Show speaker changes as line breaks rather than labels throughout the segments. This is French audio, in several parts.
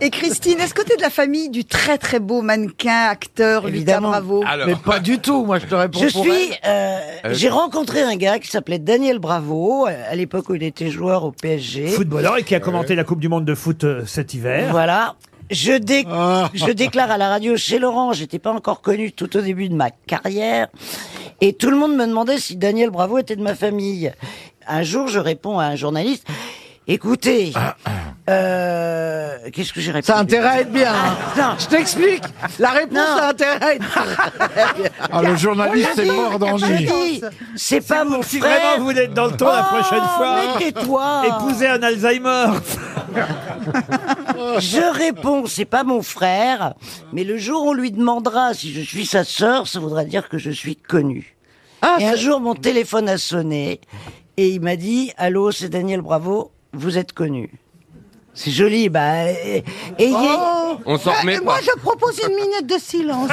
Et Christine, est-ce que t'es de la famille du très très beau mannequin, acteur, Évidemment. Lucas Bravo
Alors. Mais pas du tout, moi je te réponds
Je
pour
suis.
elle.
euh,
Euh,
J'ai rencontré un gars qui s'appelait Daniel Bravo euh, à l'époque où il était joueur au PSG.
Footballeur et qui a commenté la Coupe du Monde de foot euh, cet hiver.
Voilà. Je, dé- je déclare à la radio chez Laurent, j'étais pas encore connu tout au début de ma carrière, et tout le monde me demandait si Daniel Bravo était de ma famille. Un jour, je réponds à un journaliste, écoutez, euh, qu'est-ce que j'ai répondu Ah,
Ça a intérêt à être bien.
Ah.
hein.
Non,
Je t'explique. La réponse
Non.
a intérêt à être bien.
Ah, le journaliste est mort
j'ai
d'ennui.
dit, c'est pas mon
Si
frère.
vraiment vous êtes dans le ton la prochaine
Oh,
fois,
mais tais-toi.
épousez un Alzheimer.
Je réponds, c'est pas mon frère, mais le jour où on lui demandera si je suis sa sœur, ça voudra dire que je suis connu. et un jour, mon téléphone a sonné et il m'a dit Allô, c'est Daniel Bravo, vous êtes connu. C'est joli, bah. euh, ayez- Oh.
On s'en remet
Et moi,
pas.
je propose une minute de silence.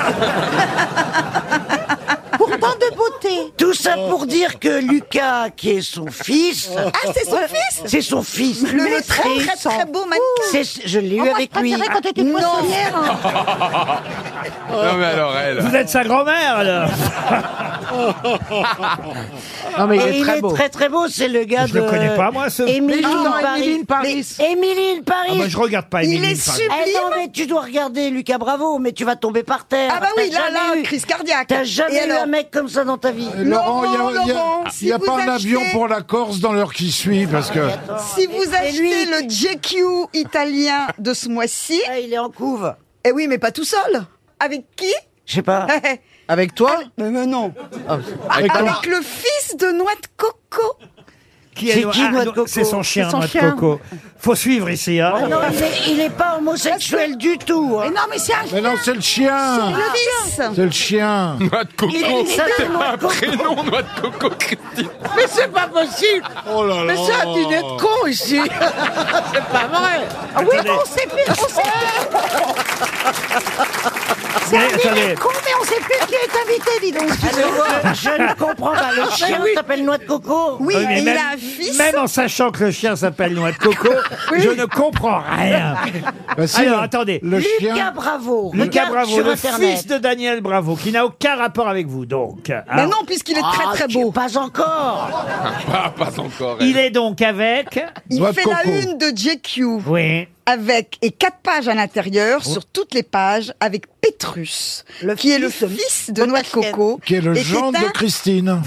Pourtant de beauté.
Tout ça pour dire que Lucas, qui est son fils,
Ah, c'est son fils
c'est son fils.
Le, le très
Et
très
son-
très beau mannequin.
c'est- Oh, Je l'ai eu avec lui. Mmh.
t'étais poissonnière.
Non mais alors elle.
Vous êtes sa grand-mère alors.
Non, mais il
Et
est très beau.
très très beau, c'est le gars
Je
de.
le connais pas, moi, ce-
Émilie
Mais non, Émilie in Paris.
Mais Émilie in Paris.
Ah, moi, je regarde pas
Il
Émilie.
est
par
sublime.
Eh non, mais tu dois regarder Lucas Bravo, mais tu vas tomber par terre.
Ah bah oui,
T'as
là, là,
jamais eu-
crise cardiaque.
T'as
Et
jamais eu
alors
un mec comme ça dans ta vie.
Euh, Laurent, il n'y a,
Laurent,
y a-
Laurent,
y
si
a
vous
pas un
achetez-
avion pour la Corse dans l'heure qui suit, parce que...
Si vous
Et lui-
achetez le JQ italien de ce mois-ci,
Ah, il est en couve.
eh oui, mais pas tout seul. Avec qui
Je sais pas.
Eh,
Avec toi
mais, mais non. Ah,
Avec toi.
Avec le fils de Noix de Coco.
Qui est
C'est
Noa-
qui,
Ah,
Noa de
non,
Coco
C'est son chien,
C'est son
Noa de
chien.
Coco. Faut suivre ici. hein.
Ah non, il est, il est pas homosexuel du tout. hein.
Mais non, mais c'est un
Mais non, c'est le chien
le fils.
C'est le chien
Noix de coco.
Il est- il s'appelle
C'est
Noix
pas
de
un
Coco.
prénom, noix de coco, Christine.
Mais c'est pas possible
Oh là là
Mais c'est un dîner de con ici C'est pas vrai
Oh. Ah oui, mais on sait plus, on sait plus. C'est
Mais
un dîner
attendez.
de con, mais on sait plus qui est invité, dis donc.
Ah,
Ah,
Je ne comprends pas. Le chien s'appelle Noix de Coco.
Oui,
Oui, mais
et
même,
il a un fils.
même en sachant que le chien s'appelle Noix de Coco, je ne comprends rien.
Bah, si,
Alors
le-
attendez.
Le
Lucas
chien
Bravo.
Lucas
Regarde
Bravo,
sur
le
Internet.
fils de Daniel Bravo, qui n'a aucun rapport avec vous, donc. hein.
Mais non, puisqu'il est très
Ah,
très
tu-
beau.
Pas encore.
Pas, Ah, pas encore. Elle.
Il est donc avec.
Il
Noix de
fait la
coco.
une de JQ
Oui.
avec et quatre pages à l'intérieur
Oh.
sur toutes les pages avec Petrus, qui est le fils de Noix de Coco,
qui est le
et
gendre
un-
de Christine.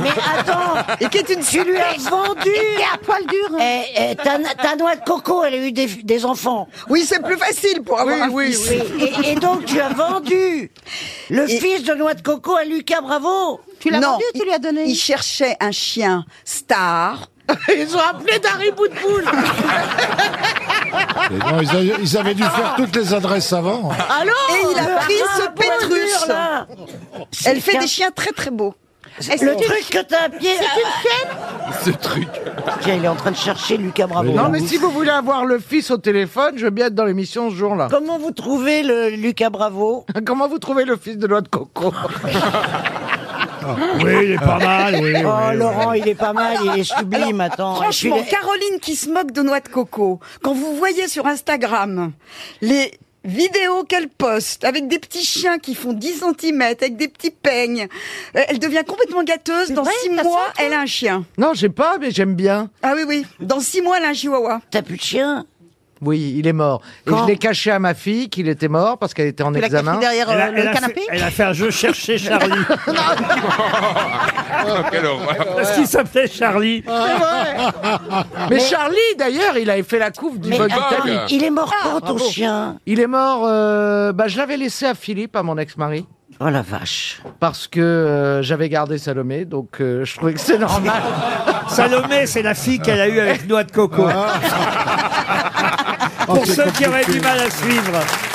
Mais attends.
et qui est une
Tu lui as vendu.
à poil dur. hein.
Eh, eh, ta, ta noix de coco, elle a eu des, des enfants.
Oui, c'est plus facile pour avoir un fils.
Oui, et, et donc tu as vendu le
Et-
fils de noix de coco à Lucas Bravo.
Tu
l'as vendu ou tu lui as donné
Il cherchait un chien star.
Ils ont appelé Dari Boudboul
Et non, ils, a- ils avaient dû faire toutes les adresses avant.
Allô
Et il a pris ce Pétrus. Elle fait des
chiens.
chiens très très beaux.
Le truc que t'as à pied.
Ce truc.
Ah, Tiens, il est en train de chercher Lucas Bravo.
Non, Ah, mais si vous voulez avoir le fils au téléphone, je veux bien être dans l'émission ce jour-là.
Comment vous trouvez le Lucas Bravo
Comment vous trouvez le fils de noix de coco
Oui, il est pas mal, oui. oui,
Oh
oui.
Laurent, il est pas mal, il est sublime, attends.
Franchement,
Et puis,
Caroline qui se moque de noix de coco, quand vous voyez sur Instagram les vidéos qu'elle poste avec des petits chiens qui font 10 cm, avec des petits peignes, euh, elle devient complètement gâteuse. Dans
vrai,
6
t'as
mois,
ça, toi
elle a un chien.
Non, j'ai pas, mais j'aime bien.
Ah oui, oui. Dans 6 mois, elle a un chihuahua.
T'as plus de chien
Oui, il est mort. Et
Quand
je l'ai caché à ma fille qu'il était mort parce qu'elle était en
Tu l'as
examen.
caché derrière
Elle
euh,
a, elle
le
a
canapé
fait, elle a fait un jeu chercher Charlie.
Quelle horreur.
Parce qu'il s'appelait Charlie.
Mais Charlie, d'ailleurs, il avait fait la couve du
Mais ah.
Vogue
attends.
Italie.
attends, il est mort quand ton chien
Il est mort. euh, bah, je l'avais laissé à Philippe, à mon ex-mari,
Oh la vache.
parce que euh, j'avais gardé Salomé, donc euh, je trouvais que c'est normal.
Salomé, c'est la fille qu'elle a eue avec Noix de Coco. Pour
c'est
ceux qui auraient
compliqué.
du mal à suivre.